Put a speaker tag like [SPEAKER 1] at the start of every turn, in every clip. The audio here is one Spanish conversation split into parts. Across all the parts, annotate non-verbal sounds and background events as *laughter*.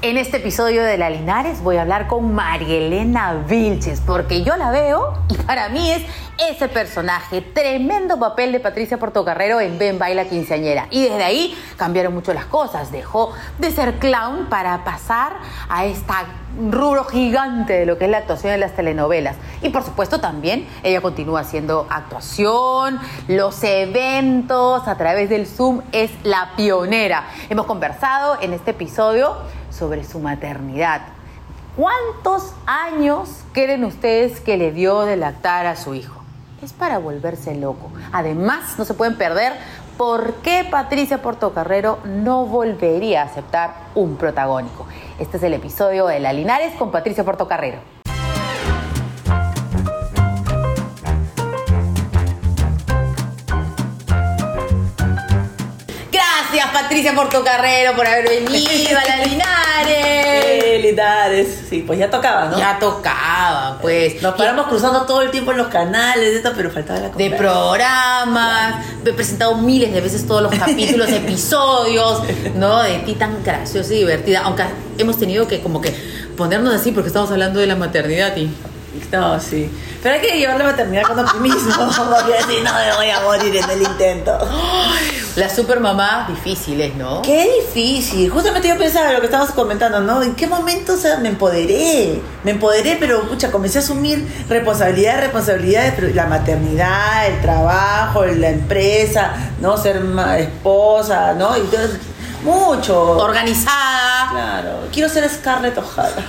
[SPEAKER 1] En este episodio de La Linares voy a hablar con Marielena Vilches, porque yo la veo y para mí es ese personaje, tremendo papel de Patricia Portocarrero en Ben Baila Quinceañera. Y desde ahí cambiaron mucho las cosas, dejó de ser clown para pasar a esta rubro gigante de lo que es la actuación en las telenovelas. Y por supuesto también ella continúa haciendo actuación, los eventos a través del Zoom es la pionera. Hemos conversado en este episodio sobre su maternidad. ¿Cuántos años creen ustedes que le dio de lactar a su hijo? Es para volverse loco. Además, no se pueden perder por qué Patricia Portocarrero no volvería a aceptar un protagónico. Este es el episodio de La Linares con Patricia Portocarrero. Gracias Patricia Portocarrero por haber venido a La Linares.
[SPEAKER 2] Eh, Linares. Sí, pues ya tocaba, ¿no?
[SPEAKER 1] Ya tocaba, pues.
[SPEAKER 2] Nos paramos cruzando todo el tiempo en los canales, esto, pero faltaba la
[SPEAKER 1] de
[SPEAKER 2] conversa.
[SPEAKER 1] programas, he presentado miles de veces todos
[SPEAKER 2] *laughs*
[SPEAKER 1] los capítulos, episodios, ¿no? De ti tan graciosa y divertida, aunque hemos tenido que como que ponernos así porque estamos hablando de la maternidad y...
[SPEAKER 2] No, sí. Pero hay que llevar la maternidad *laughs* con optimismo. Porque si no, me voy a morir en el intento.
[SPEAKER 1] La supermamá difícil es, ¿no?
[SPEAKER 2] Qué difícil. Justamente yo pensaba en lo que estabas comentando, ¿no? ¿En qué momento o sea, me empoderé? Me empoderé, pero pucha, comencé a asumir responsabilidades, responsabilidades, pero la maternidad, el trabajo, la empresa, ¿no? Ser ma- esposa, ¿no? Y entonces, mucho.
[SPEAKER 1] Organizada.
[SPEAKER 2] Claro. Quiero ser Scarlett O'Hara.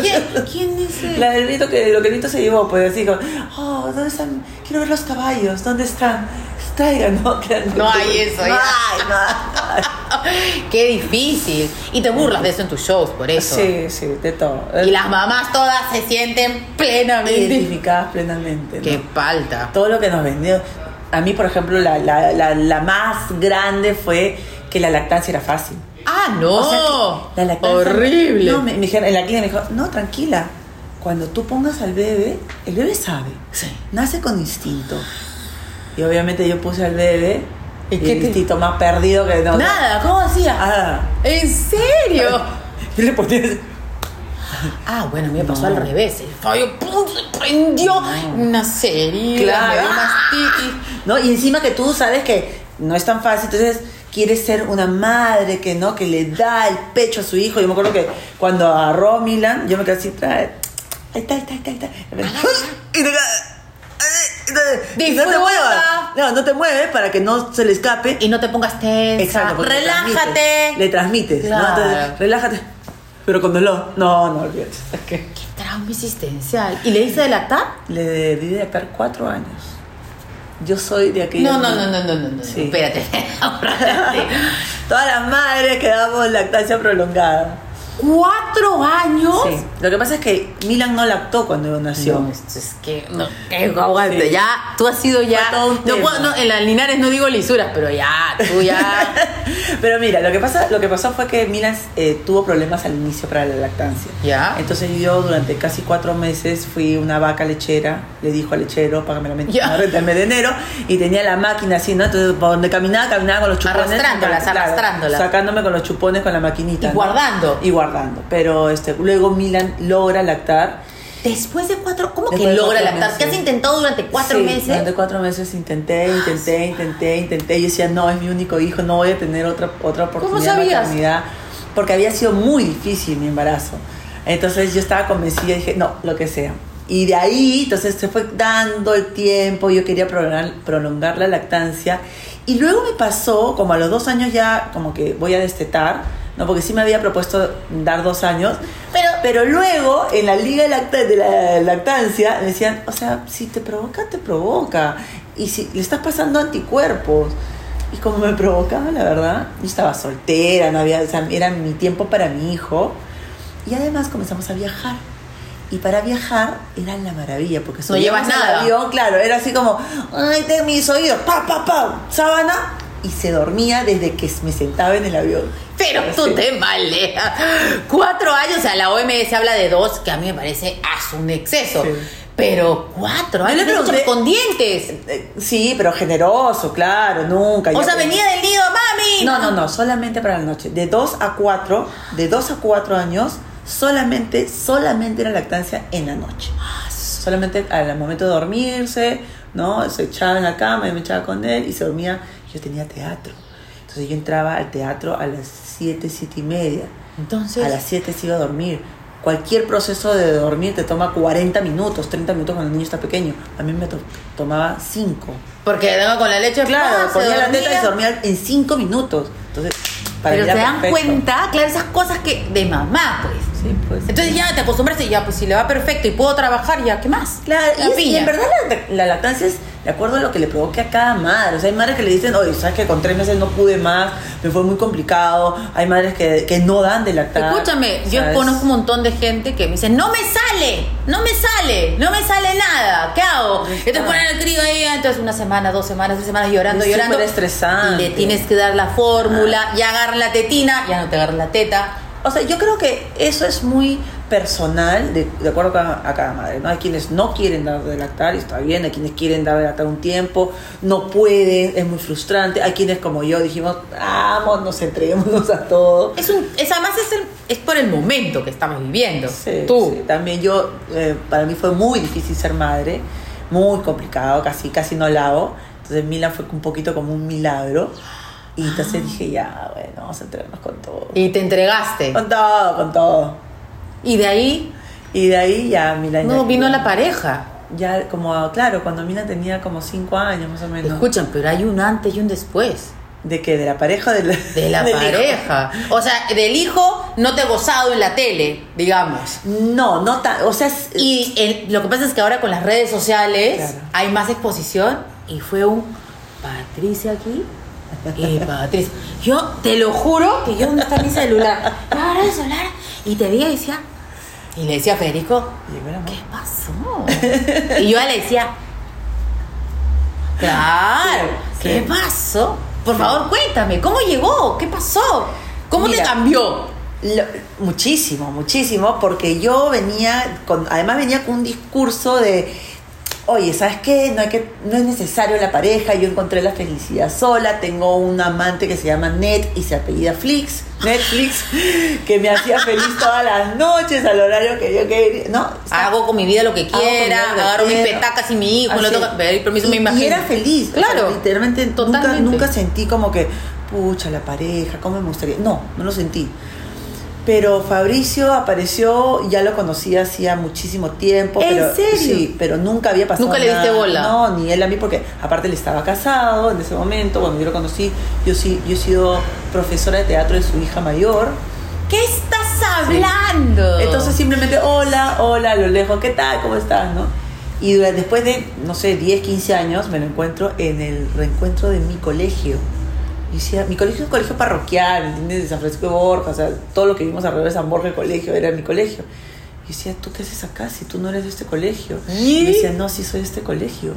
[SPEAKER 1] ¿Quién, quién es el-
[SPEAKER 2] *laughs* La del grito que lo que el grito se llevó, pues así como, oh, ¿dónde están? Quiero ver los caballos, ¿dónde están? Traigan, no, Traigan.
[SPEAKER 1] No hay eso,
[SPEAKER 2] No
[SPEAKER 1] ya.
[SPEAKER 2] hay, no hay.
[SPEAKER 1] *laughs* Qué difícil. Y te burlas de eso en tus shows, por eso.
[SPEAKER 2] Sí, sí, de todo.
[SPEAKER 1] Y las mamás todas se sienten plenamente...
[SPEAKER 2] identificadas plenamente. ¿no?
[SPEAKER 1] Qué falta.
[SPEAKER 2] Todo lo que nos vendió. A mí, por ejemplo, la, la, la, la más grande fue que la lactancia era fácil.
[SPEAKER 1] Ah, no.
[SPEAKER 2] O sea que la lactancia-
[SPEAKER 1] Horrible.
[SPEAKER 2] No, me, me dijeron, en la clínica me dijo, no, tranquila. Cuando tú pongas al bebé, el bebé sabe.
[SPEAKER 1] Sí.
[SPEAKER 2] Nace con instinto. Y obviamente yo puse al bebé.
[SPEAKER 1] ¿Y
[SPEAKER 2] ¿Y
[SPEAKER 1] qué
[SPEAKER 2] el
[SPEAKER 1] te-
[SPEAKER 2] instinto más perdido que no.
[SPEAKER 1] Nada, ¿cómo hacía?
[SPEAKER 2] Ah.
[SPEAKER 1] ¿En serio?
[SPEAKER 2] Y le ponía-
[SPEAKER 1] Ah, bueno, a mí me pasó
[SPEAKER 2] No.
[SPEAKER 1] al revés. El fallo ¡pum! se prendió una serie.
[SPEAKER 2] Claro.
[SPEAKER 1] Me dio mastitis.
[SPEAKER 2] ¿no? Y encima que tú sabes que no es tan fácil, entonces quieres ser una madre que no, que le da el pecho a su hijo. Yo me acuerdo que cuando agarró Milan, yo me quedé así, trae, ahí está, ahí está, ahí está, ahí está. Y te quedas, "Ay", y te- y no te
[SPEAKER 1] Disfruta.
[SPEAKER 2] muevas. No, no te mueves para que no se le escape.
[SPEAKER 1] Y no te pongas tensa.
[SPEAKER 2] Exacto, porque le
[SPEAKER 1] Relájate.
[SPEAKER 2] transmites, Le transmites, ¿no?
[SPEAKER 1] Claro.
[SPEAKER 2] Entonces, relájate. Pero con dolor. No, no olvides.
[SPEAKER 1] Qué trauma existencial. ¿Y le hice delatar?
[SPEAKER 2] Le di de estar cuatro años. Yo soy de aquella.
[SPEAKER 1] No, no, no, no, no, no. no.
[SPEAKER 2] Sí.
[SPEAKER 1] Espérate.
[SPEAKER 2] *laughs*
[SPEAKER 1] *laughs*
[SPEAKER 2] Todas las madres que damos lactancia prolongada.
[SPEAKER 1] ¿Cuatro años?
[SPEAKER 2] Sí. Lo que pasa es que Milan no lactó cuando nació.
[SPEAKER 1] No, esto es que no, que aguante,
[SPEAKER 2] Sí.
[SPEAKER 1] ya, tú has sido ya,
[SPEAKER 2] Fue todo un
[SPEAKER 1] no
[SPEAKER 2] tema.
[SPEAKER 1] puedo- no, en las Linares no digo lisuras, pero ya, tú ya,
[SPEAKER 2] *laughs* *laughs* Pero mira, lo que, pasa, lo que pasó fue que Milan eh, tuvo problemas al inicio para la lactancia.
[SPEAKER 1] ya,
[SPEAKER 2] Entonces yo durante casi cuatro meses fui una vaca lechera, le dijo al lechero, págame la mente,
[SPEAKER 1] Ya.
[SPEAKER 2] el mes de enero, y tenía la máquina así, ¿no? Entonces por donde caminaba, caminaba con los chupones.
[SPEAKER 1] Arrastrándolas,
[SPEAKER 2] Claro,
[SPEAKER 1] arrastrándolas.
[SPEAKER 2] Sacándome con los chupones con la maquinita.
[SPEAKER 1] Y
[SPEAKER 2] ¿no?
[SPEAKER 1] guardando.
[SPEAKER 2] Y guardando. Pero este, luego Milan logra lactar.
[SPEAKER 1] Después de cuatro, ¿cómo que
[SPEAKER 2] Después de
[SPEAKER 1] logra
[SPEAKER 2] cuatro
[SPEAKER 1] lactar? ¿Qué has
[SPEAKER 2] meses.
[SPEAKER 1] intentado durante cuatro
[SPEAKER 2] Sí,
[SPEAKER 1] meses? Ah,
[SPEAKER 2] Durante cuatro meses intenté, intenté, intenté, intenté. Yo decía, no, es mi único hijo, no voy a tener otra, otra oportunidad de
[SPEAKER 1] sabías?
[SPEAKER 2] maternidad. Porque había sido muy difícil mi embarazo. Entonces yo estaba convencida y dije, no, lo que sea. Y de ahí, entonces se fue dando el tiempo, yo quería prolongar, prolongar la lactancia. Y luego me pasó, como a los dos años ya, como que voy a destetar, ¿no? Porque sí me había propuesto dar dos años,
[SPEAKER 1] Pero,
[SPEAKER 2] pero luego, en la liga de, lacta- de la lactancia, decían, o sea, si te provoca, te provoca. Y si le estás pasando anticuerpos. Y como me provocaba, la verdad, yo estaba soltera, no había, o sea, era mi tiempo para mi hijo. Y además comenzamos a viajar. Y para viajar era la maravilla, porque
[SPEAKER 1] No llevas
[SPEAKER 2] subíamos al
[SPEAKER 1] nada.
[SPEAKER 2] avión, claro, era así como, ay, de mis oídos, pa, pa, pa, sábana. Y se dormía desde que me sentaba en el avión.
[SPEAKER 1] pero tú
[SPEAKER 2] Sí.
[SPEAKER 1] te maleas. Cuatro años, o sea, la OMS habla de dos, que a mí me parece haz un exceso.
[SPEAKER 2] Sí.
[SPEAKER 1] Pero cuatro años
[SPEAKER 2] le
[SPEAKER 1] de
[SPEAKER 2] pregunté-
[SPEAKER 1] leche con dientes.
[SPEAKER 2] Eh, Sí, pero generoso, claro, nunca.
[SPEAKER 1] O
[SPEAKER 2] ya
[SPEAKER 1] sea,
[SPEAKER 2] que-
[SPEAKER 1] venía del nido, mami.
[SPEAKER 2] No, no, no, solamente para la noche. De 2 a 4, de 2 a 4 años, solamente, solamente era lactancia en la noche. Solamente al momento de dormirse, ¿no? Se echaba en la cama, yo me echaba con él y se dormía. Yo tenía teatro. Entonces yo entraba al teatro a las 7, 7 y media.
[SPEAKER 1] Entonces,
[SPEAKER 2] A las 7 se iba a dormir. Cualquier proceso de dormir te toma 40 minutos, 30 minutos cuando el niño está pequeño. A mí me to- tomaba 5.
[SPEAKER 1] porque daba con la leche. ¡pah!
[SPEAKER 2] Claro,
[SPEAKER 1] se
[SPEAKER 2] ponía la teta y
[SPEAKER 1] dormía.
[SPEAKER 2] se dormía en cinco minutos. Entonces, para
[SPEAKER 1] Pero
[SPEAKER 2] mí
[SPEAKER 1] se
[SPEAKER 2] era
[SPEAKER 1] dan
[SPEAKER 2] perfecto.
[SPEAKER 1] cuenta, claro, esas cosas que de mamá, pues.
[SPEAKER 2] Sí, pues.
[SPEAKER 1] Entonces ya te acostumbraste y ya, pues si le va perfecto y puedo trabajar, ya, ¿qué más?
[SPEAKER 2] Claro, y
[SPEAKER 1] La
[SPEAKER 2] es- y,
[SPEAKER 1] piña.
[SPEAKER 2] en verdad la, la lactancia es de acuerdo a lo que le provoque a cada madre. O sea, hay madres que le dicen, oye, sabes que con tres meses no pude más, me fue muy complicado. Hay madres que, que no dan de lactar.
[SPEAKER 1] Escúchame, yo
[SPEAKER 2] Ah, ¿sabes?
[SPEAKER 1] conozco un montón de gente que me dice, no me sale, no me sale, no me sale nada, ¿qué hago? Entonces ponen al crío ahí, entonces una semana, dos semanas, tres semanas llorando,
[SPEAKER 2] Es Ah.
[SPEAKER 1] llorando.
[SPEAKER 2] súper estresante.
[SPEAKER 1] Y le tienes que dar la fórmula, ya agarran la tetina, ya no te agarran la teta.
[SPEAKER 2] O sea, yo creo que eso es muy personal, de, de acuerdo a cada, a cada madre, ¿no? Hay quienes no quieren dar de lactar y está bien, hay quienes quieren dar de lactar un tiempo, no pueden, es muy frustrante, hay quienes como yo dijimos, vamos, nos entreguémonos a todo.
[SPEAKER 1] Es un, es, además es, el- es por el momento que estamos viviendo.
[SPEAKER 2] Sí,
[SPEAKER 1] Tú.
[SPEAKER 2] sí. También yo, eh, para mí fue muy difícil ser madre, muy complicado, casi, casi no la hago. Entonces Mila fue un poquito como un milagro. Y
[SPEAKER 1] Ah.
[SPEAKER 2] entonces dije, ya, bueno, vamos a entregarnos con todo.
[SPEAKER 1] Y te entregaste.
[SPEAKER 2] Con todo, con todo.
[SPEAKER 1] Y de ahí
[SPEAKER 2] Y de ahí ya Mila... ya
[SPEAKER 1] no vino
[SPEAKER 2] quería-
[SPEAKER 1] la pareja.
[SPEAKER 2] Ya como, a- claro, cuando Mila tenía como 5 años más o menos.
[SPEAKER 1] Escuchan, pero hay un antes y un después.
[SPEAKER 2] ¿De qué? ¿De la pareja o *laughs* de la,
[SPEAKER 1] De la
[SPEAKER 2] del hijo?
[SPEAKER 1] pareja. O sea, del hijo no te gozado en la tele, digamos.
[SPEAKER 2] No, no tan, o sea, es-
[SPEAKER 1] Y el- lo que pasa es que ahora con las redes sociales
[SPEAKER 2] Claro.
[SPEAKER 1] hay más exposición y fue un Patricia aquí
[SPEAKER 2] *laughs*
[SPEAKER 1] y Patricia. Yo te lo juro que yo dónde está mi celular. Yo agarré el celular y te veía y decía y le decía a Federico,
[SPEAKER 2] Llegó el amor.
[SPEAKER 1] ¿qué
[SPEAKER 2] *laughs*
[SPEAKER 1] pasó? Y yo le decía, claro,
[SPEAKER 2] Sí,
[SPEAKER 1] ¿qué
[SPEAKER 2] sí.
[SPEAKER 1] pasó? Por favor, cuéntame, ¿cómo llegó? ¿Qué pasó? ¿Cómo
[SPEAKER 2] Mira.
[SPEAKER 1] te cambió?
[SPEAKER 2] Lo- muchísimo, muchísimo, porque yo venía, con, además venía con un discurso de, oye, ¿sabes qué? No, hay que, no es necesario la pareja, yo encontré la felicidad sola, tengo un amante que se llama Ned y se apellida Flix, Netflix, *laughs* que me hacía feliz todas las noches al horario que yo quería, ¿no? O sea,
[SPEAKER 1] Hago con mi vida lo que
[SPEAKER 2] Hago con mi vida
[SPEAKER 1] quiera,
[SPEAKER 2] lo que
[SPEAKER 1] agarro mis
[SPEAKER 2] quiero.
[SPEAKER 1] petacas y mi hijo, no
[SPEAKER 2] Así.
[SPEAKER 1] tengo que pedir permiso,
[SPEAKER 2] Y-
[SPEAKER 1] me imagino.
[SPEAKER 2] Y era feliz. o sea,
[SPEAKER 1] Claro.
[SPEAKER 2] literalmente nunca,
[SPEAKER 1] Totalmente.
[SPEAKER 2] nunca sentí como que, pucha, la pareja, ¿cómo me gustaría? No, no lo sentí. Pero Fabricio apareció, ya lo conocía hacía muchísimo tiempo.
[SPEAKER 1] ¿En
[SPEAKER 2] pero,
[SPEAKER 1] serio?
[SPEAKER 2] Sí, pero nunca había pasado
[SPEAKER 1] Nunca le diste
[SPEAKER 2] nada.
[SPEAKER 1] bola.
[SPEAKER 2] No, ni él a mí, porque aparte él estaba casado en ese momento. Cuando yo lo conocí, yo, sí, yo he sido profesora de teatro de su hija mayor.
[SPEAKER 1] ¿Qué estás hablando?
[SPEAKER 2] Entonces simplemente, hola, hola, a lo lejos, ¿qué tal? ¿Cómo estás? ¿No? Y dura- después de, no sé, 10, 15 años, me lo encuentro en el reencuentro de mi colegio. Y decía, mi colegio es un colegio parroquial, ¿me ¿entiendes? De San Francisco de Borja, o sea, todo lo que vimos alrededor de San Borja, el colegio, era mi colegio. Y decía, ¿tú qué haces acá si tú no eres de este colegio?
[SPEAKER 1] ¿Y?
[SPEAKER 2] Y me decía, no, sí soy de este colegio.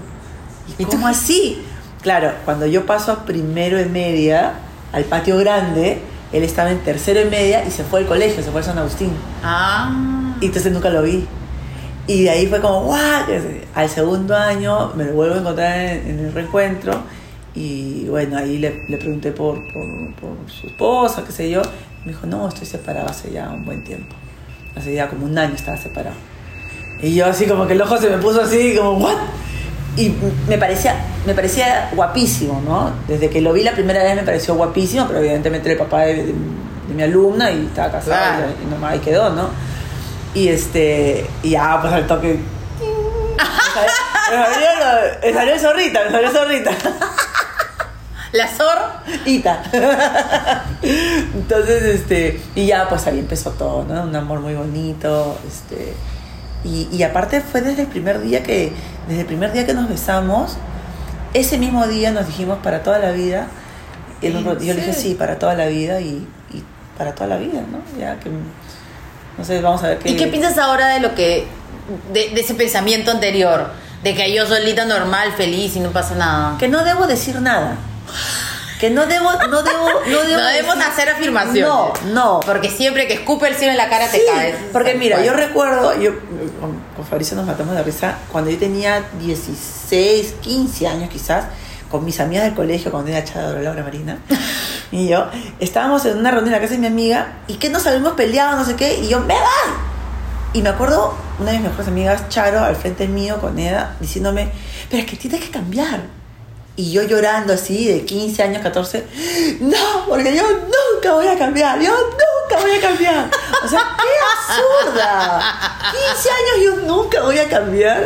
[SPEAKER 2] ¿Y,
[SPEAKER 1] ¿Y tú?
[SPEAKER 2] cómo así? Claro, cuando yo paso a primero y media, al patio grande, él estaba en tercero y media y se fue al colegio, se fue a San Agustín.
[SPEAKER 1] Ah.
[SPEAKER 2] Y entonces nunca lo vi. Y de ahí fue como, ¡guau! Al segundo año me lo vuelvo a encontrar en, en el reencuentro. Y bueno, ahí le, le pregunté por, por- por su esposa, qué sé yo. Me dijo, no, estoy separado hace ya un buen tiempo. Hace ya como un año estaba separado. Y yo así como que el ojo se me puso así, como, ¿what? Y me parecía, me parecía guapísimo, ¿no? Desde que lo vi la primera vez me pareció guapísimo, pero evidentemente era el papá de, de- de mi alumna y estaba casado
[SPEAKER 1] Claro.
[SPEAKER 2] y, y nomás ahí quedó, ¿no? Y este, y ya, pues al toque. Me salió, me salió- me salió zorrita, me salió zorrita. *laughs*
[SPEAKER 1] La Zor
[SPEAKER 2] Ita. *laughs* Entonces, este, y ya pues ahí empezó todo, ¿no? Un amor muy bonito, este. Y, y aparte fue desde el primer día que, desde el primer día que nos besamos, ese mismo día nos dijimos para toda la vida. Y él me
[SPEAKER 1] ¿En
[SPEAKER 2] preguntó- yo le dije
[SPEAKER 1] serio?
[SPEAKER 2] sí, para toda la vida y, y para toda la vida, ¿no? Ya que, no sé, vamos a ver qué.
[SPEAKER 1] ¿Y qué piensas ahora de lo que. De, de ese pensamiento anterior? De que yo solita normal, feliz y no pasa nada.
[SPEAKER 2] Que no debo decir nada. Que no debo, no debo,
[SPEAKER 1] *laughs*
[SPEAKER 2] no debo.
[SPEAKER 1] No debemos
[SPEAKER 2] decir-
[SPEAKER 1] hacer afirmaciones.
[SPEAKER 2] No, no.
[SPEAKER 1] Porque siempre que escupe el cielo en la cara
[SPEAKER 2] Sí,
[SPEAKER 1] te caes.
[SPEAKER 2] Porque
[SPEAKER 1] Tal
[SPEAKER 2] mira,
[SPEAKER 1] cual.
[SPEAKER 2] yo recuerdo, yo con, con Fabricio nos matamos de risa, cuando yo tenía 16, 15 años quizás, con mis amigas del colegio, cuando era Chador, Laura
[SPEAKER 1] *laughs*
[SPEAKER 2] Marina, y yo, estábamos en una reunión en la casa de mi amiga, y que nos habíamos peleado, no sé qué, y yo, ¡me voy! Y me acuerdo una de mis mejores amigas, Charo, al frente mío con Eda, diciéndome, pero es que tienes que cambiar. Y yo llorando así, de 15 años, 14, no, porque yo nunca voy a cambiar, yo nunca voy a cambiar. O sea, qué absurda. 15 años yo nunca voy a cambiar,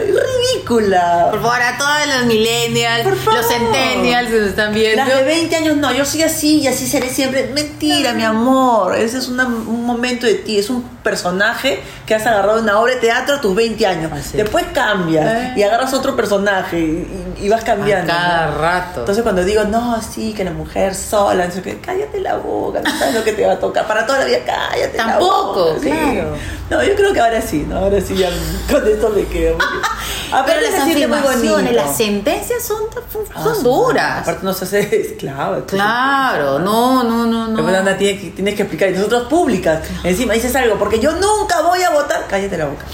[SPEAKER 2] ridícula.
[SPEAKER 1] Por favor, a todos los millennials,
[SPEAKER 2] Por favor.
[SPEAKER 1] los centennials que nos están viendo.
[SPEAKER 2] Las de 20 años no, yo soy así y así seré siempre. Mentira, mi amor. Ese es una- un momento de ti, es un personaje que has agarrado en una obra de teatro a tus 20 años.
[SPEAKER 1] Así es.
[SPEAKER 2] Después cambias
[SPEAKER 1] Eh.
[SPEAKER 2] y agarras otro personaje y, y vas cambiando.
[SPEAKER 1] A cada
[SPEAKER 2] ¿no?
[SPEAKER 1] rato.
[SPEAKER 2] Entonces cuando digo, no, sí, que la mujer sola, no sé qué, cállate la boca, no sabes lo que te va a tocar. Para toda la vida, cállate. la
[SPEAKER 1] Tampoco,
[SPEAKER 2] boca, sí.
[SPEAKER 1] claro.
[SPEAKER 2] No, yo creo que ahora sí, ¿no? Ahora sí ya con esto me quedo.
[SPEAKER 1] *laughs* Pero
[SPEAKER 2] Aparte
[SPEAKER 1] las
[SPEAKER 2] se siente muy
[SPEAKER 1] afirmaciones,
[SPEAKER 2] bonito.
[SPEAKER 1] las sentencias son, son
[SPEAKER 2] Ah, sí.
[SPEAKER 1] duras.
[SPEAKER 2] Aparte nos hace esclavos. entonces,
[SPEAKER 1] Claro, no, no, no, no.
[SPEAKER 2] Después anda, tiene que- tienes que explicar. Y nosotros públicas. Encima dices algo, porque yo nunca voy a votar. Cállate la boca.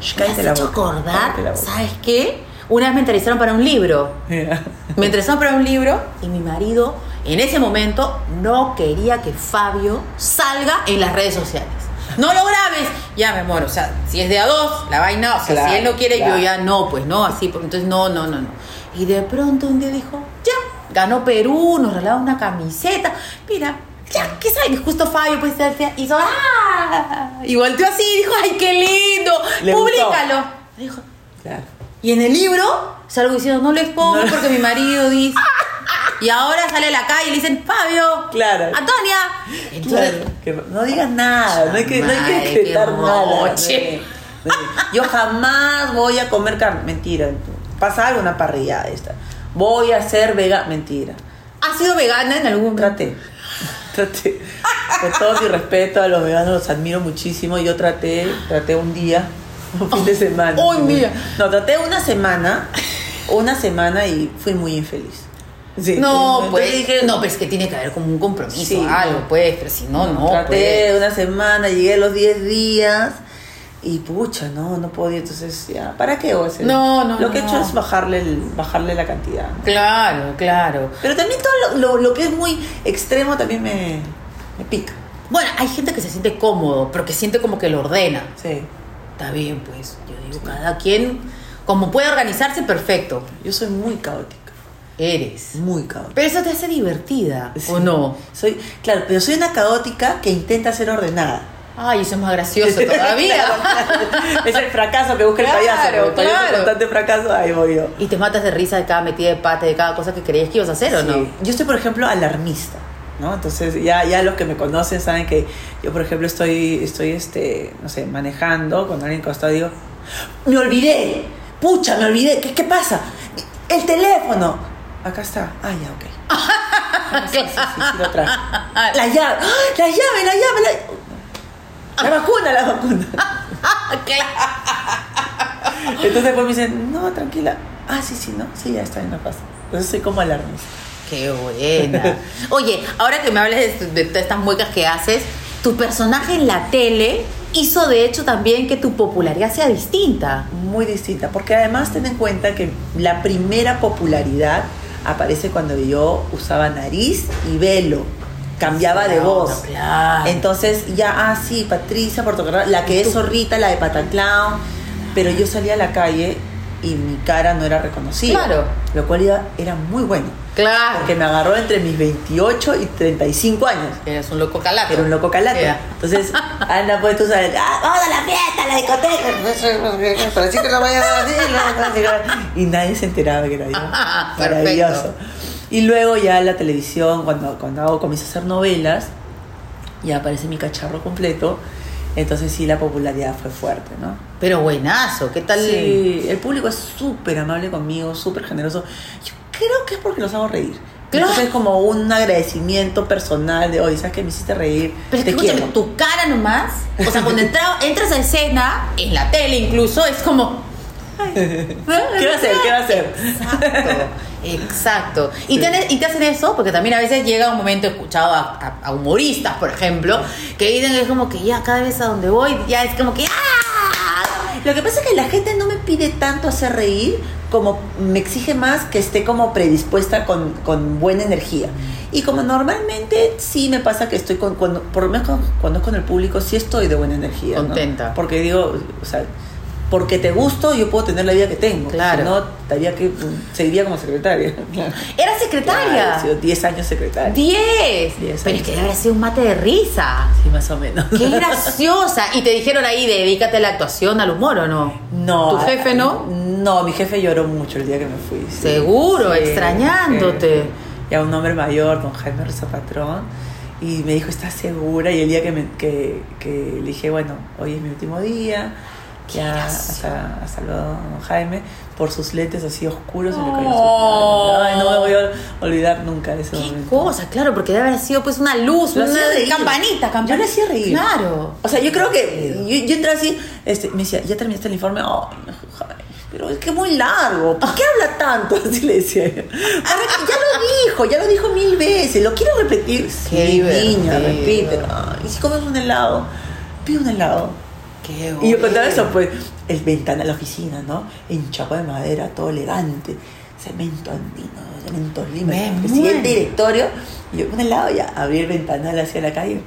[SPEAKER 2] Shh,
[SPEAKER 1] Me has
[SPEAKER 2] cállate la
[SPEAKER 1] hecho
[SPEAKER 2] boca.
[SPEAKER 1] acordar,
[SPEAKER 2] Cállate
[SPEAKER 1] *laughs*
[SPEAKER 2] la boca.
[SPEAKER 1] ¿sabes qué? Una vez me entrevistaron para un libro.
[SPEAKER 2] *laughs* Mira.
[SPEAKER 1] Me entrevistaron para un libro y mi marido en ese momento no quería que Fabio salga en las redes sociales. No lo grabes, ya me muero. O sea, si es de a dos, la vaina, o sea,
[SPEAKER 2] Claro,
[SPEAKER 1] si él no quiere,
[SPEAKER 2] claro.
[SPEAKER 1] yo ya no, pues no, así, pues, entonces no, no, no, no. Y de pronto un día dijo, ya, ganó Perú, nos regalaba una camiseta. Mira, ya, ¿qué sabe? Que justo Fabio, pues, hizo, ¡ah! Y volteó así y dijo, ¡ay, qué lindo!
[SPEAKER 2] Le gustó.
[SPEAKER 1] ¡Públicalo! Dijo,
[SPEAKER 2] Claro.
[SPEAKER 1] y en el libro salgo diciendo, no lo expongo
[SPEAKER 2] No.
[SPEAKER 1] porque mi marido
[SPEAKER 2] *laughs*
[SPEAKER 1] dice. Y ahora sale a la calle y le dicen, Fabio,
[SPEAKER 2] Claro.
[SPEAKER 1] Antonia. Entonces,
[SPEAKER 2] Claro, que no digas nada, no hay que, no hay que
[SPEAKER 1] Madre, qué
[SPEAKER 2] decretar nada.
[SPEAKER 1] moche.
[SPEAKER 2] no hay- no hay- Yo jamás voy a comer carne. Mentira. Pasa algo, una parrillada esta. Voy a ser vegana. Mentira.
[SPEAKER 1] ¿has sido vegana en algún momento?
[SPEAKER 2] Traté. Traté. Con todo mi respeto a los veganos, los admiro muchísimo. Yo traté, traté un día, un fin de semana.
[SPEAKER 1] un día.
[SPEAKER 2] No, traté una semana, una semana y fui muy infeliz. Sí,
[SPEAKER 1] No,
[SPEAKER 2] entonces
[SPEAKER 1] pues,
[SPEAKER 2] dije,
[SPEAKER 1] no, pues que tiene que haber como un compromiso,
[SPEAKER 2] Sí.
[SPEAKER 1] algo, pues, pero si no, no.
[SPEAKER 2] traté
[SPEAKER 1] pues.
[SPEAKER 2] una semana, llegué a los 10 días y pucha, no, no podía. Entonces, ya, ¿para qué voy a hacer?
[SPEAKER 1] No, no,
[SPEAKER 2] Lo que he
[SPEAKER 1] no.
[SPEAKER 2] hecho es bajarle, el- bajarle la cantidad. ¿no?
[SPEAKER 1] Claro, claro.
[SPEAKER 2] Pero también todo lo, lo- lo que es muy extremo también me, me pica.
[SPEAKER 1] Bueno, hay gente que se siente cómodo, pero que siente como que lo ordena.
[SPEAKER 2] Sí.
[SPEAKER 1] Está bien, pues, yo digo, cada quien, como puede organizarse, perfecto,
[SPEAKER 2] Yo soy muy caótica,
[SPEAKER 1] eres.
[SPEAKER 2] muy caótica.
[SPEAKER 1] Pero eso te hace divertida,
[SPEAKER 2] Sí.
[SPEAKER 1] ¿o no?
[SPEAKER 2] Soy, claro, pero soy una caótica que intenta ser ordenada.
[SPEAKER 1] Ay, eso es más
[SPEAKER 2] *laughs*
[SPEAKER 1] gracioso todavía.
[SPEAKER 2] es el fracaso que busca
[SPEAKER 1] Claro,
[SPEAKER 2] el payaso. pero El payaso
[SPEAKER 1] claro.
[SPEAKER 2] constante fracaso, ahí voy yo.
[SPEAKER 1] Y te matas de risa de cada metida de pata, de cada cosa que creías que ibas a hacer, ¿o
[SPEAKER 2] Sí.
[SPEAKER 1] no? *laughs*
[SPEAKER 2] Yo estoy, por ejemplo, alarmista, ¿no? Entonces, ya, ya los que me conocen saben que yo, por ejemplo, estoy, estoy este, no sé, manejando con alguien costado y digo, me olvidé, pucha, me olvidé, ¿qué, qué pasa? El teléfono. Acá está. Ah, ya, *laughs* ok. Sí, sí, sí, lo traje. La llave, ¡Ah! la llave, la llave, la... La vacuna, la vacuna. *laughs*
[SPEAKER 1] Claro.
[SPEAKER 2] Entonces después me dicen, no, tranquila. Ah, sí, sí, no, sí, ya está, bien, no pasa. Entonces soy como alarmista.
[SPEAKER 1] Qué buena. Oye, ahora que me hablas de, de todas estas muecas que haces, tu personaje en la tele hizo de hecho también que tu popularidad sea distinta.
[SPEAKER 2] Muy distinta, porque además ten en cuenta que la primera popularidad aparece cuando yo usaba nariz y velo, cambiaba de
[SPEAKER 1] Claro,
[SPEAKER 2] voz.
[SPEAKER 1] Ah, claro.
[SPEAKER 2] Entonces ya, ah, sí, Patricia Portocarrero, la que es zorrita, la de Pataclown, pero yo salía a la calle y mi cara no era reconocida.
[SPEAKER 1] Claro. Ah.
[SPEAKER 2] Lo cual iba- era muy bueno,
[SPEAKER 1] Claro.
[SPEAKER 2] porque me agarró entre mis 28 y 35 años.
[SPEAKER 1] Eres un loco calato.
[SPEAKER 2] Era un loco calato.
[SPEAKER 1] Era.
[SPEAKER 2] Entonces, anda, pues tú sabes, "Ah, vamos a la fiesta, a la discoteca. Pero sí que la vayan a decir, la vayan a decir. Y nadie se enteraba que era yo.
[SPEAKER 1] Ah, *laughs*
[SPEAKER 2] Maravilloso.
[SPEAKER 1] perfecto.
[SPEAKER 2] Y luego ya la televisión, cuando, cuando hago, comienzo a hacer novelas, ya aparece mi cacharro completo. Entonces sí, la popularidad fue fuerte, ¿no?
[SPEAKER 1] Pero buenazo, ¿qué tal?
[SPEAKER 2] Sí, el público es súper amable conmigo, súper generoso. Yo creo que es porque los hago reír.
[SPEAKER 1] Claro.
[SPEAKER 2] Entonces es como un agradecimiento personal de, oye, ¿sabes que me hiciste reír?
[SPEAKER 1] Pero es que
[SPEAKER 2] Te
[SPEAKER 1] escúchame,
[SPEAKER 2] quiero.
[SPEAKER 1] tu cara nomás, o sea, cuando entra- entras a escena, en
[SPEAKER 2] *laughs*
[SPEAKER 1] la tele incluso, es como...
[SPEAKER 2] ¿Qué va a hacer? ¿Qué va a hacer?
[SPEAKER 1] Exacto. *laughs* Exacto. Y, te, han- y te hacen eso porque también a veces llega un momento, he escuchado a, a- a humoristas, por ejemplo, que dicen que es como que ya cada vez a donde voy, ya es como que ¡ah!
[SPEAKER 2] Lo que pasa es que la gente no me pide tanto hacer reír como me exige más que esté como predispuesta con, con buena energía. Y como normalmente sí me pasa que estoy con, cuando, por lo menos con- cuando es con el público, sí estoy de buena energía. ¿no?
[SPEAKER 1] Contenta.
[SPEAKER 2] Porque digo, o sea, porque te gusto yo puedo tener la vida que tengo.
[SPEAKER 1] Claro.
[SPEAKER 2] Si no, estaría que, mm, seguiría como secretaria. Claro.
[SPEAKER 1] Era secretaria.
[SPEAKER 2] *laughs* Claro, he sido 10 años secretaria.
[SPEAKER 1] 10.
[SPEAKER 2] Diez
[SPEAKER 1] Pero es
[SPEAKER 2] años.
[SPEAKER 1] que debe haber sido un mate de risa.
[SPEAKER 2] Sí, más o menos. *laughs*
[SPEAKER 1] Qué graciosa. Y te dijeron ahí, dedícate a la actuación, al humor o no.
[SPEAKER 2] No.
[SPEAKER 1] ¿Tu
[SPEAKER 2] a-
[SPEAKER 1] jefe no?
[SPEAKER 2] No, mi jefe lloró mucho el día que me fui. sí.
[SPEAKER 1] Seguro, extrañándote.
[SPEAKER 2] Y a un hombre mayor, don Jaime Rosa Patrón, y me dijo, ¿estás segura? Y el día que, me, que, que le dije, bueno, hoy es mi último día, ya hasta, hasta luego, don Jaime, por sus lentes así oscuros, se le cayó su
[SPEAKER 1] Oh.
[SPEAKER 2] Ay, no me voy a olvidar nunca de ese
[SPEAKER 1] Qué
[SPEAKER 2] momento.
[SPEAKER 1] cosa, claro, porque debe haber sido pues una luz,
[SPEAKER 2] Lo
[SPEAKER 1] una
[SPEAKER 2] hacía reír.
[SPEAKER 1] campanita, campanita.
[SPEAKER 2] Yo lo hacía reír.
[SPEAKER 1] Claro.
[SPEAKER 2] O sea, yo creo que yo, yo entré así, este, me decía, ¿ya terminaste el informe? Ay, no, Jaime, pero es que es muy largo. ¿Por qué habla tanto? *laughs* Así le decía yo. Ahora que ya lo dijo, ya lo dijo mil veces. Lo quiero repetir.
[SPEAKER 1] Qué
[SPEAKER 2] Sí, niña,
[SPEAKER 1] divertido.
[SPEAKER 2] repítelo. Ay, ¿Y si comes un helado? Pide un helado.
[SPEAKER 1] Qué
[SPEAKER 2] Y yo contaba
[SPEAKER 1] bueno.
[SPEAKER 2] eso, pues, el ventana de la oficina, ¿no? En chapa de madera, todo elegante, cemento andino, cemento lima.
[SPEAKER 1] Me
[SPEAKER 2] El siguiente
[SPEAKER 1] muero.
[SPEAKER 2] directorio, y yo, un helado ya, abrí el ventanal hacia la calle.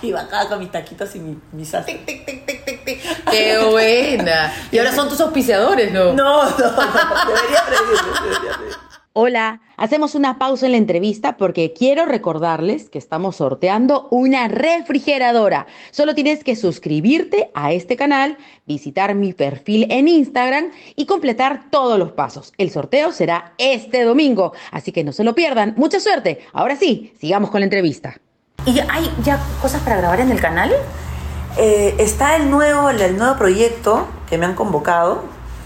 [SPEAKER 2] Y bajaba con mis taquitos y mi, mi salsa.
[SPEAKER 1] Tic, tic, tic, tic, tic, tic. Qué
[SPEAKER 2] *laughs*
[SPEAKER 1] buena. Y ahora son tus auspiciadores, ¿no?
[SPEAKER 2] No, no, no, debería aprender, debería aprender.
[SPEAKER 1] Hola, hacemos una pausa en la entrevista porque quiero recordarles que estamos sorteando una refrigeradora. Solo tienes que suscribirte a este canal, visitar mi perfil en Instagram y completar todos los pasos. El sorteo será este domingo, así que no se lo pierdan. Mucha suerte. Ahora sí, sigamos con la entrevista. ¿Y hay ya cosas para grabar en el canal?
[SPEAKER 2] *laughs* Eh, está el nuevo, el nuevo proyecto que me han convocado,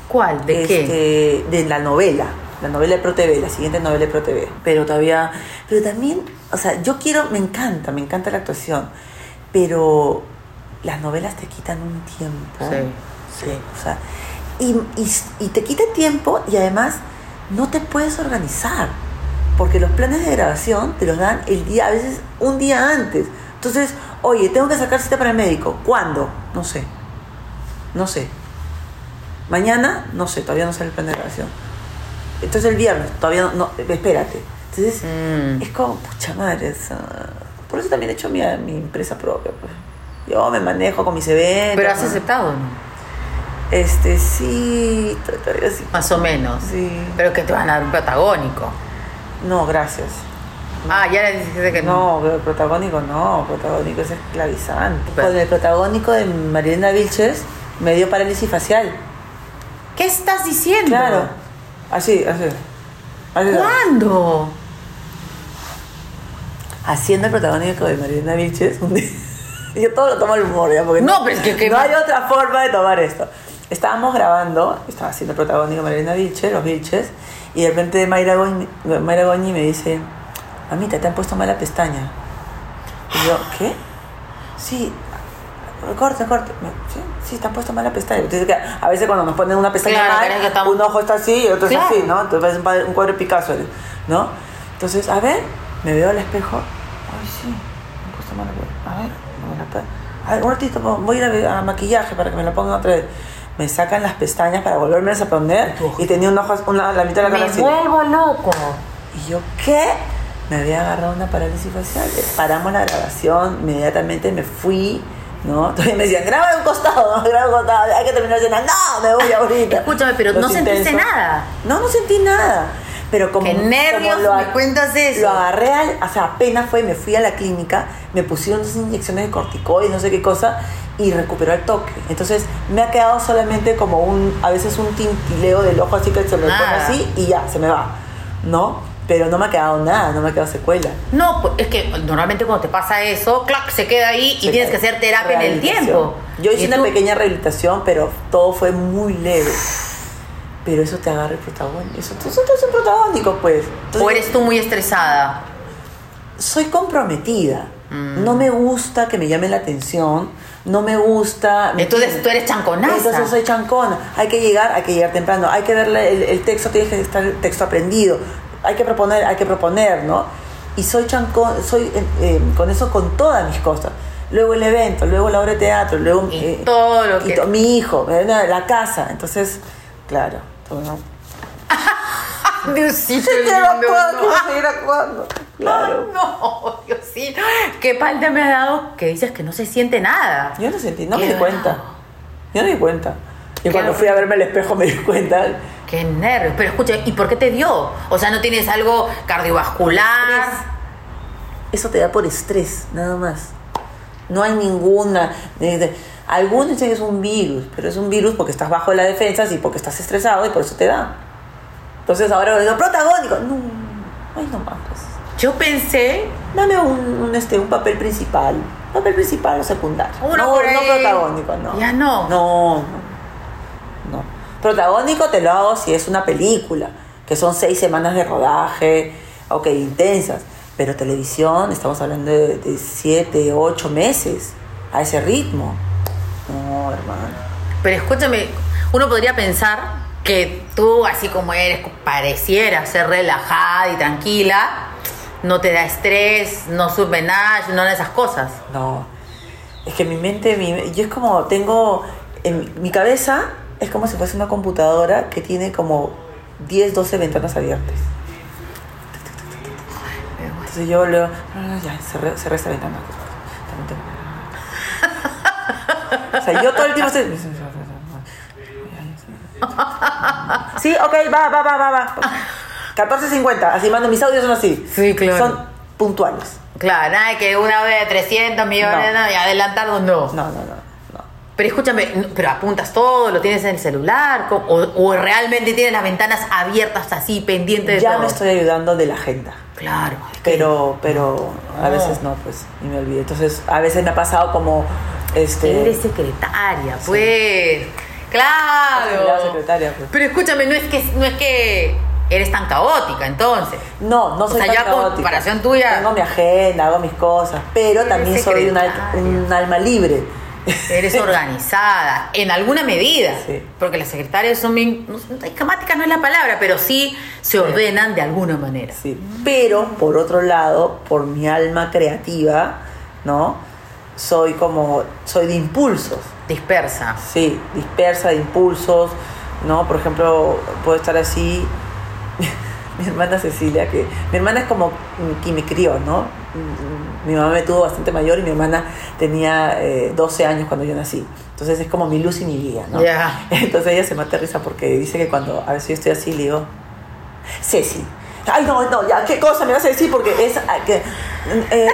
[SPEAKER 1] ¿Cuál?
[SPEAKER 2] este, de la novela, la novela de ProTV, la siguiente novela de ProTV. Pero todavía, pero también, o sea, yo quiero, me encanta, me encanta la actuación, pero las novelas te quitan un tiempo.
[SPEAKER 1] Sí, sí.
[SPEAKER 2] O sea, y, y- y te quita tiempo y además no te puedes organizar, porque los planes de grabación te los dan el día, a veces un día antes. Entonces, oye, tengo que sacar cita para el médico. ¿Cuándo? No sé. No sé. Mañana, no sé, todavía no sale el plan de grabación. Entonces el viernes, todavía no, no, espérate. Entonces,
[SPEAKER 1] Mm.
[SPEAKER 2] es como, pucha madre, o sea, por eso también he hecho mi, mi empresa propia. pues. Yo me manejo con mis eventos. ¿no?
[SPEAKER 1] aceptado, ¿no?
[SPEAKER 2] Este, sí, to- todavía sí.
[SPEAKER 1] Más o menos.
[SPEAKER 2] Sí.
[SPEAKER 1] Pero que te van a dar un patagónico.
[SPEAKER 2] No, gracias.
[SPEAKER 1] Ah, ya le dijiste que no.
[SPEAKER 2] No, pero el protagónico no, el protagónico es esclavizante.
[SPEAKER 1] Pero-
[SPEAKER 2] Con el protagónico de Mariana Vilches me dio parálisis facial.
[SPEAKER 1] ¿Qué estás diciendo?
[SPEAKER 2] Claro. Así, así. Así.
[SPEAKER 1] ¿Cuándo?
[SPEAKER 2] Haciendo el protagónico de Mariana Vilches. un día- *laughs* Yo todo lo tomo al humor, ya, porque
[SPEAKER 1] No, pero es que- que-
[SPEAKER 2] no hay otra forma de tomar esto. Estábamos grabando, estaba haciendo el protagónico de Mariana Vilches, los Vilches, y de repente Mayra Goñi, Mayra Goñi me dice, mamita, te han puesto mala pestaña. Y yo, ¿qué? Sí, corte, corte. Me- Sí, sí, te han puesto mala pestaña. Entonces, que a veces cuando nos ponen una pestaña
[SPEAKER 1] Claro,
[SPEAKER 2] mal,
[SPEAKER 1] creen que estamos-
[SPEAKER 2] un ojo está así y el otro
[SPEAKER 1] Claro.
[SPEAKER 2] es así, ¿no? Entonces parece un padre- un cuadro de Picasso, ¿no? Entonces, a ver, me veo al espejo. Ay, sí, me puesto mala pe- A ver, no me la pe- A ver, un ratito, po- voy a ir a, a maquillaje para que me la pongan otra vez. Me sacan las pestañas para volverme a poner
[SPEAKER 1] Tu ojo.
[SPEAKER 2] y tenía un ojo, una, la mitad de la cara
[SPEAKER 1] Me
[SPEAKER 2] así.
[SPEAKER 1] vuelvo loco.
[SPEAKER 2] Y yo, ¿qué? Me había agarrado una parálisis facial. Paramos la grabación, inmediatamente me fui, ¿no? Todavía me decían, graba de un costado, *laughs* ¿no? graba de un costado, hay que terminar de cenar. No, me voy ahorita.
[SPEAKER 1] Escúchame, pero
[SPEAKER 2] Los
[SPEAKER 1] no sentiste nada.
[SPEAKER 2] No, no sentí nada. Pero como,
[SPEAKER 1] Qué nervios
[SPEAKER 2] como lo,
[SPEAKER 1] me cuentas eso.
[SPEAKER 2] lo agarré, al- o sea, apenas fue, me fui a la clínica, me pusieron unas inyecciones de corticoides, no sé qué cosa, y recuperó el toque. Entonces, me ha quedado solamente como un, a veces un tintileo del ojo, así que se me pone
[SPEAKER 1] Nada.
[SPEAKER 2] así, y ya, se me va, ¿no? Pero no me ha quedado nada, no me ha quedado secuela.
[SPEAKER 1] No, pues, es que normalmente cuando te pasa eso, clac, se queda ahí y
[SPEAKER 2] Se
[SPEAKER 1] tienes que
[SPEAKER 2] queda-
[SPEAKER 1] hacer terapia en el
[SPEAKER 2] rehabilitación.
[SPEAKER 1] tiempo.
[SPEAKER 2] Yo hice
[SPEAKER 1] Y
[SPEAKER 2] una
[SPEAKER 1] tú-
[SPEAKER 2] pequeña rehabilitación, pero todo fue muy leve. Pero eso te agarra el protagónico. Eso, tú, tú eres un protagónico, pues.
[SPEAKER 1] *laughs*
[SPEAKER 2] Entonces,
[SPEAKER 1] O eres tú muy estresada.
[SPEAKER 2] Soy comprometida.
[SPEAKER 1] Mm.
[SPEAKER 2] No me gusta que me llamen la atención. No me gusta.
[SPEAKER 1] Entonces tú eres chanconaza.
[SPEAKER 2] Entonces soy chancona. Hay que llegar, hay que llegar temprano. Hay que ver el, el texto, tienes que estar el texto aprendido. Hay que proponer, hay que proponer, ¿no? Y soy chancón, soy eh, eh, con eso con todas mis cosas. Luego el evento, luego la obra de teatro, luego eh,
[SPEAKER 1] Y todo lo
[SPEAKER 2] y
[SPEAKER 1] que-
[SPEAKER 2] to- mi hijo, eh, la casa. Entonces, claro. bueno.
[SPEAKER 1] Diosito,
[SPEAKER 2] Yo
[SPEAKER 1] el
[SPEAKER 2] quiero
[SPEAKER 1] mundo,
[SPEAKER 2] actuar,
[SPEAKER 1] no.
[SPEAKER 2] quiero seguir actuando. Claro.
[SPEAKER 1] *laughs* No, Diosito. Qué palta me has dado que dices que no se siente nada.
[SPEAKER 2] Yo no sentí, no me
[SPEAKER 1] Qué
[SPEAKER 2] di cuenta.
[SPEAKER 1] bravo.
[SPEAKER 2] Yo no me di cuenta. Y cuando
[SPEAKER 1] bravo.
[SPEAKER 2] fui a verme al espejo me di cuenta.
[SPEAKER 1] Qué nervios. Pero escucha, ¿y por qué te dio? O sea, ¿no tienes algo cardiovascular?
[SPEAKER 2] Eso te da por estrés, nada más. No hay ninguna. de- de- algunos dicen que es un virus, pero es un virus porque estás bajo las defensas y porque estás estresado y por eso te da. Entonces ahora digo, protagónico. No, ay, no más. pues.
[SPEAKER 1] Yo pensé,
[SPEAKER 2] Dame un, un, este, un papel principal. Papel principal o secundario.
[SPEAKER 1] Uno
[SPEAKER 2] no,
[SPEAKER 1] por
[SPEAKER 2] no
[SPEAKER 1] ahí.
[SPEAKER 2] protagónico, no.
[SPEAKER 1] Ya no.
[SPEAKER 2] No, no. no. Protagónico te lo hago si es una película, que son seis semanas de rodaje, ok, intensas. Pero televisión, estamos hablando de, de siete, ocho meses, a ese ritmo. No, hermano.
[SPEAKER 1] pero escúchame, uno podría pensar que tú, así como eres, pareciera ser relajada y tranquila, no te da estrés, no sube nada, no de esas cosas.
[SPEAKER 2] No. Es que mi mente, mi- yo es como, tengo, en mi- mi cabeza es como si fuese una computadora que tiene como 10, 12 ventanas abiertas. Entonces yo leo, no, no, ya, cerré, cerré esta ventana. También tengo- O sea, yo todo el tiempo estoy... Sí, ok, va, va, va, va, va. 14.50, así mando, mis audios son así.
[SPEAKER 1] Sí, claro.
[SPEAKER 2] Son puntuales.
[SPEAKER 1] Claro, nada de que una vez de 300 millones
[SPEAKER 2] No.
[SPEAKER 1] no, y adelantarlo, no.
[SPEAKER 2] No, no, no, no.
[SPEAKER 1] Pero escúchame, no, pero apuntas todo, lo tienes en el celular, ¿Cómo- o, o realmente tienes las ventanas abiertas así, pendientes de
[SPEAKER 2] Ya
[SPEAKER 1] todo.
[SPEAKER 2] me estoy ayudando de la agenda.
[SPEAKER 1] Claro. es que-
[SPEAKER 2] Pero, pero a
[SPEAKER 1] No.
[SPEAKER 2] veces no, pues, y me olvidé. Entonces, a veces me ha pasado como,
[SPEAKER 1] Eres
[SPEAKER 2] este...
[SPEAKER 1] secretaria, pues.
[SPEAKER 2] Era
[SPEAKER 1] Claro.
[SPEAKER 2] secretaria, pues.
[SPEAKER 1] Pero escúchame, no es que no es que eres tan caótica, entonces.
[SPEAKER 2] No, no
[SPEAKER 1] O
[SPEAKER 2] soy
[SPEAKER 1] sea,
[SPEAKER 2] tan
[SPEAKER 1] ya con
[SPEAKER 2] caótica.
[SPEAKER 1] comparación tuya-
[SPEAKER 2] Tengo mi agenda, hago mis cosas, pero
[SPEAKER 1] Eres
[SPEAKER 2] también soy una,
[SPEAKER 1] secretaria.
[SPEAKER 2] un alma libre.
[SPEAKER 1] Eres
[SPEAKER 2] *laughs*
[SPEAKER 1] organizada, en alguna medida.
[SPEAKER 2] Sí.
[SPEAKER 1] Porque las secretarias son bien. no- Esquemáticas no es la palabra, pero sí se ordenan de alguna manera.
[SPEAKER 2] Sí. Pero, por otro lado, por mi alma creativa, ¿no? Soy como, soy de impulsos.
[SPEAKER 1] Dispersa.
[SPEAKER 2] Sí, dispersa de impulsos, ¿no? Por ejemplo, puedo estar así. *laughs* mi hermana Cecilia, que mi hermana es como que me crió, ¿no? Mi mamá me tuvo bastante mayor y mi hermana tenía eh, 12 años cuando yo nací. Entonces es como mi luz y mi guía, ¿no?
[SPEAKER 1] Ya.
[SPEAKER 2] Entonces ella se mata de risa porque dice que cuando a veces yo estoy así, le digo, Ceci. Ay, no, no, ya, ¿qué cosa me vas a decir? Porque es. ah, que, eh,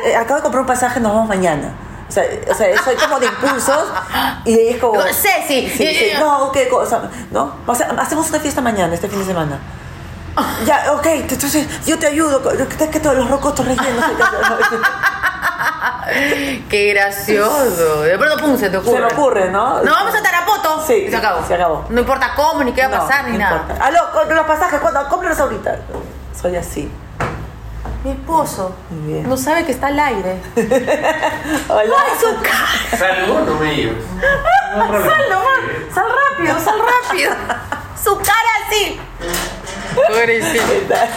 [SPEAKER 2] eh, acabo de comprar un pasaje, nos vamos mañana. O sea, o sea, soy como de impulsos y ella es como.
[SPEAKER 1] No, Ceci.
[SPEAKER 2] Sí, sí, no, qué cosa. No, O sea, hacemos una fiesta mañana, este fin de semana. Ya, ok, entonces yo te ayudo. ¿Qué que todos los rocostos rellenos?
[SPEAKER 1] Qué gracioso. De pronto, pum, se te ocurre.
[SPEAKER 2] Se me ocurre, ¿no?
[SPEAKER 1] Nos vamos a Tarapoto.
[SPEAKER 2] Sí,
[SPEAKER 1] Y se acabó.
[SPEAKER 2] se acabó.
[SPEAKER 1] No importa cómo, ni qué va a pasar, ni nada.
[SPEAKER 2] importa. Aló, con los pasajes, ¿cuándo? Cómpralos ahorita. Soy así.
[SPEAKER 1] Mi esposo
[SPEAKER 2] Muy bien.
[SPEAKER 1] no sabe que está al aire.
[SPEAKER 2] Hola.
[SPEAKER 1] ¡Ay,
[SPEAKER 2] *laughs*
[SPEAKER 1] su cara!
[SPEAKER 3] Salgo, no me llevo. No hay problema.
[SPEAKER 1] ¡Sal nomás! ¡Sal rápido! ¡Sal *laughs* rápido! ¡Su cara así! Pobrecito.
[SPEAKER 2] ¿Qué tal?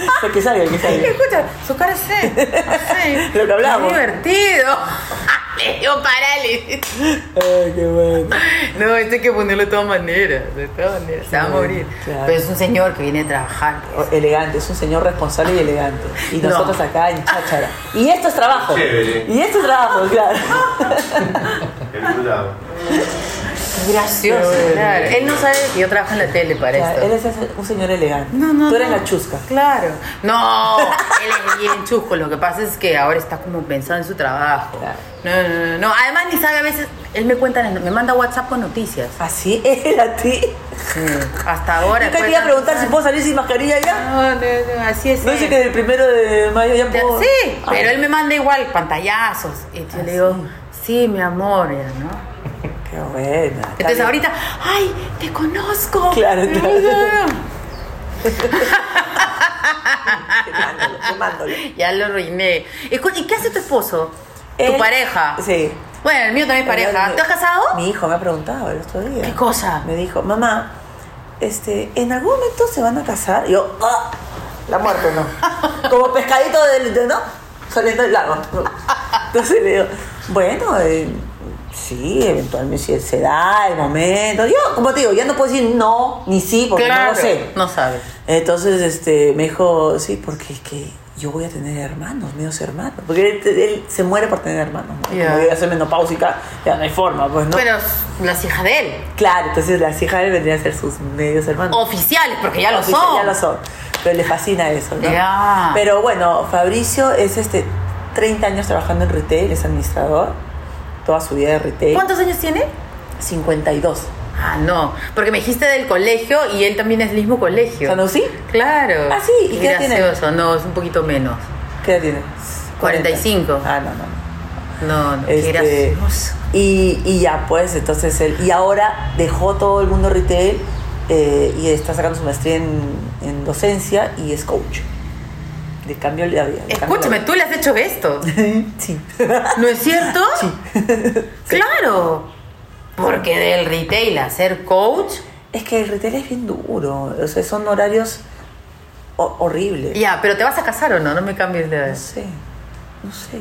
[SPEAKER 2] O sea, que salga, que salga.
[SPEAKER 1] Escucha, su cara así. así. *laughs*
[SPEAKER 2] Lo que hablamos.
[SPEAKER 1] Qué divertido. *laughs* Le dio parálisis.
[SPEAKER 2] Ay, qué bueno.
[SPEAKER 1] No, esto hay que ponerlo de todas maneras. De todas maneras. Se va a
[SPEAKER 2] Claro,
[SPEAKER 1] morir.
[SPEAKER 2] claro.
[SPEAKER 1] Pero es un señor que viene a trabajar.
[SPEAKER 2] O- Oh, Elegante, es un señor responsable y elegante. Y
[SPEAKER 1] No.
[SPEAKER 2] nosotros acá en cháchara. Y esto es trabajo.
[SPEAKER 3] Chévere.
[SPEAKER 2] Y esto es trabajo, claro.
[SPEAKER 3] Enrulado.
[SPEAKER 1] Qué *laughs* gracioso.
[SPEAKER 2] Qué bueno.
[SPEAKER 1] Claro. Él no sabe que yo trabajo en la tele para
[SPEAKER 2] Ya,
[SPEAKER 1] esto.
[SPEAKER 2] Él es ese- un señor elegante.
[SPEAKER 1] No, no,
[SPEAKER 2] Tú eres
[SPEAKER 1] no.
[SPEAKER 2] la chusca.
[SPEAKER 1] Claro. No, él es bien chusco. Lo que pasa es que ahora está como pensando en su trabajo.
[SPEAKER 2] Claro.
[SPEAKER 1] No, no, no, no. Además, ni sabe a veces. Él me cuenta, las no- me manda WhatsApp con noticias.
[SPEAKER 2] Así él a ti.
[SPEAKER 1] Hasta ahora. pues, ah.
[SPEAKER 2] Nunca te
[SPEAKER 1] después
[SPEAKER 2] iba a
[SPEAKER 1] de tantos
[SPEAKER 2] preguntar si
[SPEAKER 1] años.
[SPEAKER 2] puedo salir sin mascarilla ya.
[SPEAKER 1] No, no, no. Así es.
[SPEAKER 2] No
[SPEAKER 1] él.
[SPEAKER 2] dice que del primero de mayo ya
[SPEAKER 1] Ya-
[SPEAKER 2] puedo.
[SPEAKER 1] Sí,
[SPEAKER 2] Ah,
[SPEAKER 1] pero él me manda igual pantallazos. Y yo le digo, sí, mi amor, ya, ¿no?
[SPEAKER 2] Qué buena.
[SPEAKER 1] *laughs* Entonces ahorita, ay, te conozco.
[SPEAKER 2] Claro, claro. Quemándolo, quemándolo.
[SPEAKER 1] Ya lo arruiné. Escu- ¿Y qué hace tu esposo? ¿Tu
[SPEAKER 2] Él-
[SPEAKER 1] pareja?
[SPEAKER 2] Sí.
[SPEAKER 1] Bueno, el mío también es pareja.
[SPEAKER 2] Él-
[SPEAKER 1] ¿Tú has casado?
[SPEAKER 2] Mi hijo me ha preguntado el otro día.
[SPEAKER 1] ¿Qué cosa?
[SPEAKER 2] Me dijo, mamá, este, ¿en algún momento se van a casar? Y yo, ¡ah! La muerte,
[SPEAKER 1] *laughs*
[SPEAKER 2] no. Como pescadito del, de- ¿no? Saliendo del lago. Entonces le digo, bueno, eh, sí, eventualmente sí, se da el momento. Yo, como te digo, ya no puedo decir no ni sí porque no lo sé.
[SPEAKER 1] No sabes.
[SPEAKER 2] Entonces, este, me dijo, sí, porque es que yo voy a tener hermanos, medios hermanos. Porque él, él se muere por tener hermanos. ¿no?
[SPEAKER 1] Ya.
[SPEAKER 2] Como yo ya soy menopáusica, ya no hay forma, pues, ¿no?
[SPEAKER 1] Pero s- las hijas de él.
[SPEAKER 2] Claro, entonces las hijas de él vendrían a ser sus medios hermanos.
[SPEAKER 1] Oficiales, porque ya lo
[SPEAKER 2] Oficial,
[SPEAKER 1] son.
[SPEAKER 2] Ya lo son. Pero le fascina eso, ¿no?
[SPEAKER 1] Ya.
[SPEAKER 2] Pero bueno, Fabricio es este 30 años trabajando en retail, es administrador. Toda su vida de retail.
[SPEAKER 1] ¿Cuántos años tiene?
[SPEAKER 2] 52.
[SPEAKER 1] Ah, no. Porque me dijiste del colegio y él también es del mismo colegio.
[SPEAKER 2] ¿Sanusi?
[SPEAKER 1] Claro.
[SPEAKER 2] Ah, sí, ¿y
[SPEAKER 1] Qué
[SPEAKER 2] qué edad tiene?
[SPEAKER 1] gracioso. No, es un poquito menos.
[SPEAKER 2] ¿Qué edad tiene?
[SPEAKER 1] 45.
[SPEAKER 2] Ah, no, no. no.
[SPEAKER 1] No, no. Qué
[SPEAKER 2] Este,
[SPEAKER 1] gracioso.
[SPEAKER 2] y, y ya, pues, entonces él. Y ahora dejó todo el mundo retail eh, y está sacando su maestría en, en docencia y es coach. De cambio de vida. de cambio de
[SPEAKER 1] Escúchame, tú le has hecho esto.
[SPEAKER 2] vida. *laughs* Sí.
[SPEAKER 1] ¿No es
[SPEAKER 2] *laughs*
[SPEAKER 1] cierto? *laughs* Claro. Porque del retail a ser coach,
[SPEAKER 2] Es que el retail es bien duro, o sea, son horarios ho- horribles.
[SPEAKER 1] ya, pero ¿te vas a casar o no? No me cambies de
[SPEAKER 2] No
[SPEAKER 1] vez.
[SPEAKER 2] sé, no sé.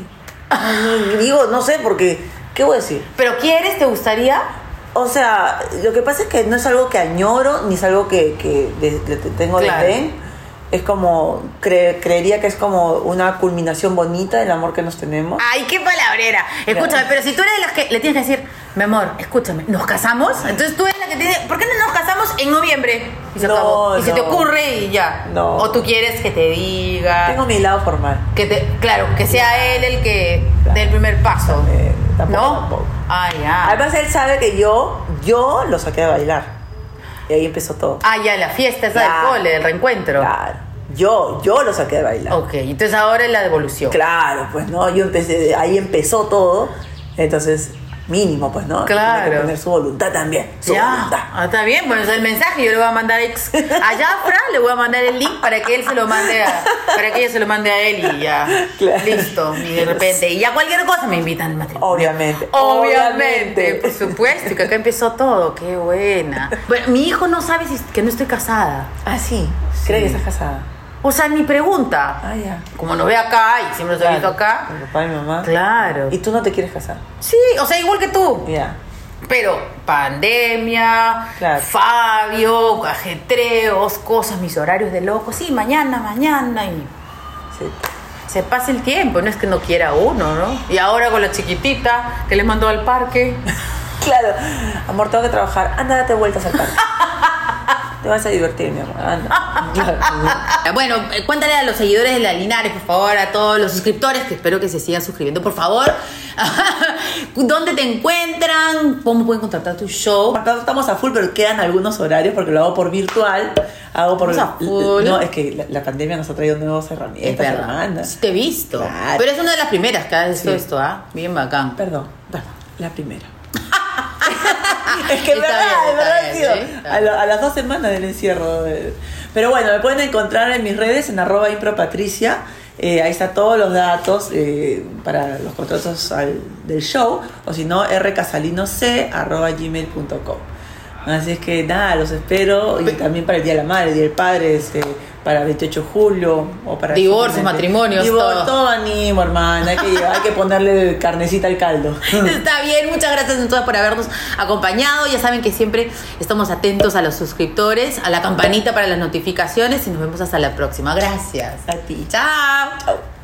[SPEAKER 2] Ay, no, digo, no sé, porque, ¿qué voy a decir?
[SPEAKER 1] ¿Pero quieres? ¿Te gustaría?
[SPEAKER 2] O sea, lo que pasa es que no es algo que añoro, ni es algo que, que de- le te- tengo
[SPEAKER 1] Claro.
[SPEAKER 2] desdén. Es como, cre- creería que es como una culminación bonita del amor que nos tenemos.
[SPEAKER 1] Ay, qué palabrera. Escúchame, pero si tú eres de las que le tienes que decir, mi amor, escúchame, ¿nos casamos? Entonces tú eres la que te dice, ¿por qué no nos casamos en noviembre? Y se
[SPEAKER 2] No,
[SPEAKER 1] acabó. Y se te
[SPEAKER 2] no.
[SPEAKER 1] ocurre y ya.
[SPEAKER 2] No.
[SPEAKER 1] O tú quieres que te diga.
[SPEAKER 2] Tengo mi lado formal.
[SPEAKER 1] Que te, claro, que sea él el que
[SPEAKER 2] Claro.
[SPEAKER 1] dé el primer paso.
[SPEAKER 2] Eh, tampoco,
[SPEAKER 1] ¿No?
[SPEAKER 2] tampoco.
[SPEAKER 1] Ah, ya.
[SPEAKER 2] Además, él sabe que yo, yo lo saqué a bailar. Y ahí empezó todo.
[SPEAKER 1] Ah, ya, la fiesta esa
[SPEAKER 2] Claro.
[SPEAKER 1] del cole, el reencuentro.
[SPEAKER 2] Claro. Yo, yo lo saqué de bailar.
[SPEAKER 1] Ok, entonces ahora es la devolución.
[SPEAKER 2] Claro, pues no, yo empecé, ahí empezó todo, entonces mínimo, pues no.
[SPEAKER 1] Claro.
[SPEAKER 2] Tiene que poner su voluntad también, su
[SPEAKER 1] Ya,
[SPEAKER 2] voluntad.
[SPEAKER 1] Ah, está bien, bueno, ese es el mensaje, yo le voy a mandar ex- a Jafra, le voy a mandar el link para que él se lo mande a, para que ella se lo mande a él y ya,
[SPEAKER 2] Claro.
[SPEAKER 1] listo, y de repente, y ya cualquier cosa me invitan al matrimonio.
[SPEAKER 2] Obviamente,
[SPEAKER 1] Obviamente,
[SPEAKER 2] obviamente.
[SPEAKER 1] por supuesto, que acá empezó todo, qué buena. Bueno, mi hijo no sabe si es que no estoy casada,
[SPEAKER 2] Ah, sí, cree que estás casada.
[SPEAKER 1] o sea, ni pregunta,
[SPEAKER 2] Ah, ya.
[SPEAKER 1] como nos ve acá y siempre nos ha visto acá,
[SPEAKER 2] Mi papá y mi mamá.
[SPEAKER 1] claro,
[SPEAKER 2] Y tú no te quieres casar.
[SPEAKER 1] sí, o sea, igual que tú.
[SPEAKER 2] Ya.
[SPEAKER 1] Pero pandemia,
[SPEAKER 2] Claro.
[SPEAKER 1] Fabio, ajetreos, cosas, mis horarios de loco. Sí, mañana, mañana. Y
[SPEAKER 2] Sí.
[SPEAKER 1] se pasa el tiempo, no es que no quiera uno, ¿no? Y ahora con la chiquitita que les mandó al parque.
[SPEAKER 2] Claro. Amor, tengo que trabajar. Anda, date vueltas
[SPEAKER 1] *laughs*
[SPEAKER 2] al parque. te vas a divertir, mi amor. Anda. Claro.
[SPEAKER 1] *laughs* Bueno, eh, cuéntale a los seguidores de la Linares, por favor, a todos los suscriptores, que espero que se sigan suscribiendo, por favor. *laughs* ¿Dónde te encuentran? ¿Cómo pueden contratar tu show?
[SPEAKER 2] Acá estamos a full, pero quedan algunos horarios porque lo hago por virtual. Hago por.
[SPEAKER 1] Estamos a full.
[SPEAKER 2] No, es que la, la pandemia nos ha traído nuevas herramientas,
[SPEAKER 1] Es verdad.
[SPEAKER 2] hermanas.
[SPEAKER 1] Sí, te he visto.
[SPEAKER 2] Claro.
[SPEAKER 1] Pero es una de las primeras que has hecho
[SPEAKER 2] Sí.
[SPEAKER 1] esto, ¿ah? Bien bacán.
[SPEAKER 2] Perdón, perdón, la primera. *laughs* es que es
[SPEAKER 1] Está
[SPEAKER 2] verdad,
[SPEAKER 1] bien,
[SPEAKER 2] es verdad,
[SPEAKER 1] está
[SPEAKER 2] tío.
[SPEAKER 1] bien, sí, está
[SPEAKER 2] a, lo- a las dos semanas del encierro. eh. Pero bueno, me pueden encontrar en mis redes en arroba impropatricia. Eh, ahí está todos los datos eh, para los contratos al- del show. O si no, rcasalinoc arroba gmail.com. Así es que nada, los espero. Y también para el Día de la Madre, el Día del Padre, este, para 28 de julio. O para
[SPEAKER 1] Divorcios, matrimonios, todo.
[SPEAKER 2] Divor- todo animo, hermana. Hay que, llevar- hay que ponerle carnecita al caldo.
[SPEAKER 1] Está bien, muchas gracias entonces por habernos acompañado. Ya saben que siempre estamos atentos a los suscriptores, a la campanita para las notificaciones y nos vemos hasta la próxima. Gracias.
[SPEAKER 2] A ti.
[SPEAKER 1] Chao.
[SPEAKER 2] Chao.